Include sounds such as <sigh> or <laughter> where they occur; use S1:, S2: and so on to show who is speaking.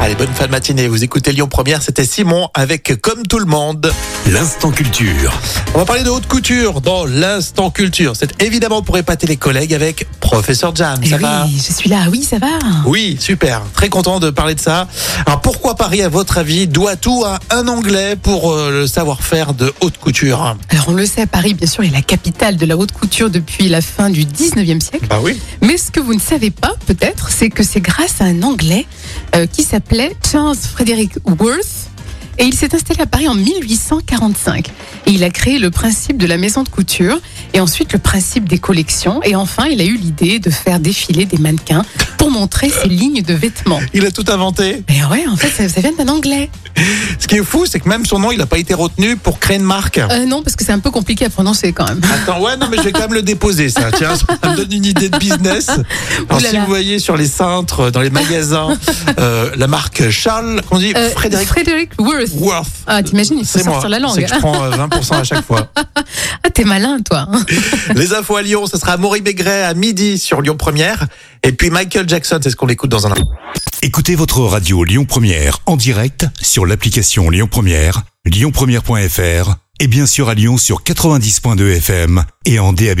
S1: Allez, bonne fin de matinée. Vous écoutez Lyon Première, c'était Simon avec Comme tout le monde.
S2: L'instant culture.
S1: On va parler de haute couture dans l'instant culture. C'est évidemment pour épater les collègues avec Professeur Jam.
S3: Eh
S1: Ça
S3: oui,
S1: va Oh.
S3: je suis là, oui, ça va.
S1: Oui, super. Très content de parler de ça. Alors pourquoi Paris, à votre avis, doit tout à un Anglais pour euh, le savoir-faire de haute couture
S3: Alors on le sait, Paris, bien sûr, est la capitale de la haute couture depuis la fin du 19e siècle.
S1: Bah oui.
S3: Mais ce que vous ne savez pas, peut-être, c'est que c'est grâce à un Anglais euh, qui s'appelait Charles Frederick Worth. Et il s'est installé à Paris en 1845. Et il a créé le principe de la maison de couture et ensuite le principe des collections. Et enfin, il a eu l'idée de faire défiler des mannequins pour montrer ses lignes de vêtements.
S1: Il a tout inventé.
S3: Mais ouais, en fait, ça, ça vient d'un Anglais.
S1: Ce qui est fou, c'est que même son nom, il n'a pas été retenu pour créer une marque.
S3: Euh, non, parce que c'est un peu compliqué à prononcer quand même.
S1: Attends, ouais, non, mais je vais quand même le déposer, ça. Tiens, ça me donne une idée de business. Alors,
S3: <laughs> Ouh là
S1: si
S3: là.
S1: vous voyez sur les cintres, dans les magasins, euh, la marque Charles, qu'on dit
S3: Euh,
S1: Frédéric
S3: Worth.
S1: Worth.
S3: Ah, t'imagines, il faut
S1: C'est moi.
S3: sortir la
S1: C'est
S3: langue.
S1: que je prends euh, 20% à chaque
S3: <laughs>
S1: fois.
S3: Ah, t'es malin, toi.
S1: les infos à Lyon, ce sera à Maury Bégret à midi sur Lyon Première. Et puis Michael Jackson, c'est ce qu'on écoute dans un instant.
S2: Écoutez votre radio Lyon Première en direct sur l'application Lyon Première, lyonpremière.fr et bien sûr à Lyon sur 90.2 FM et en DAB+.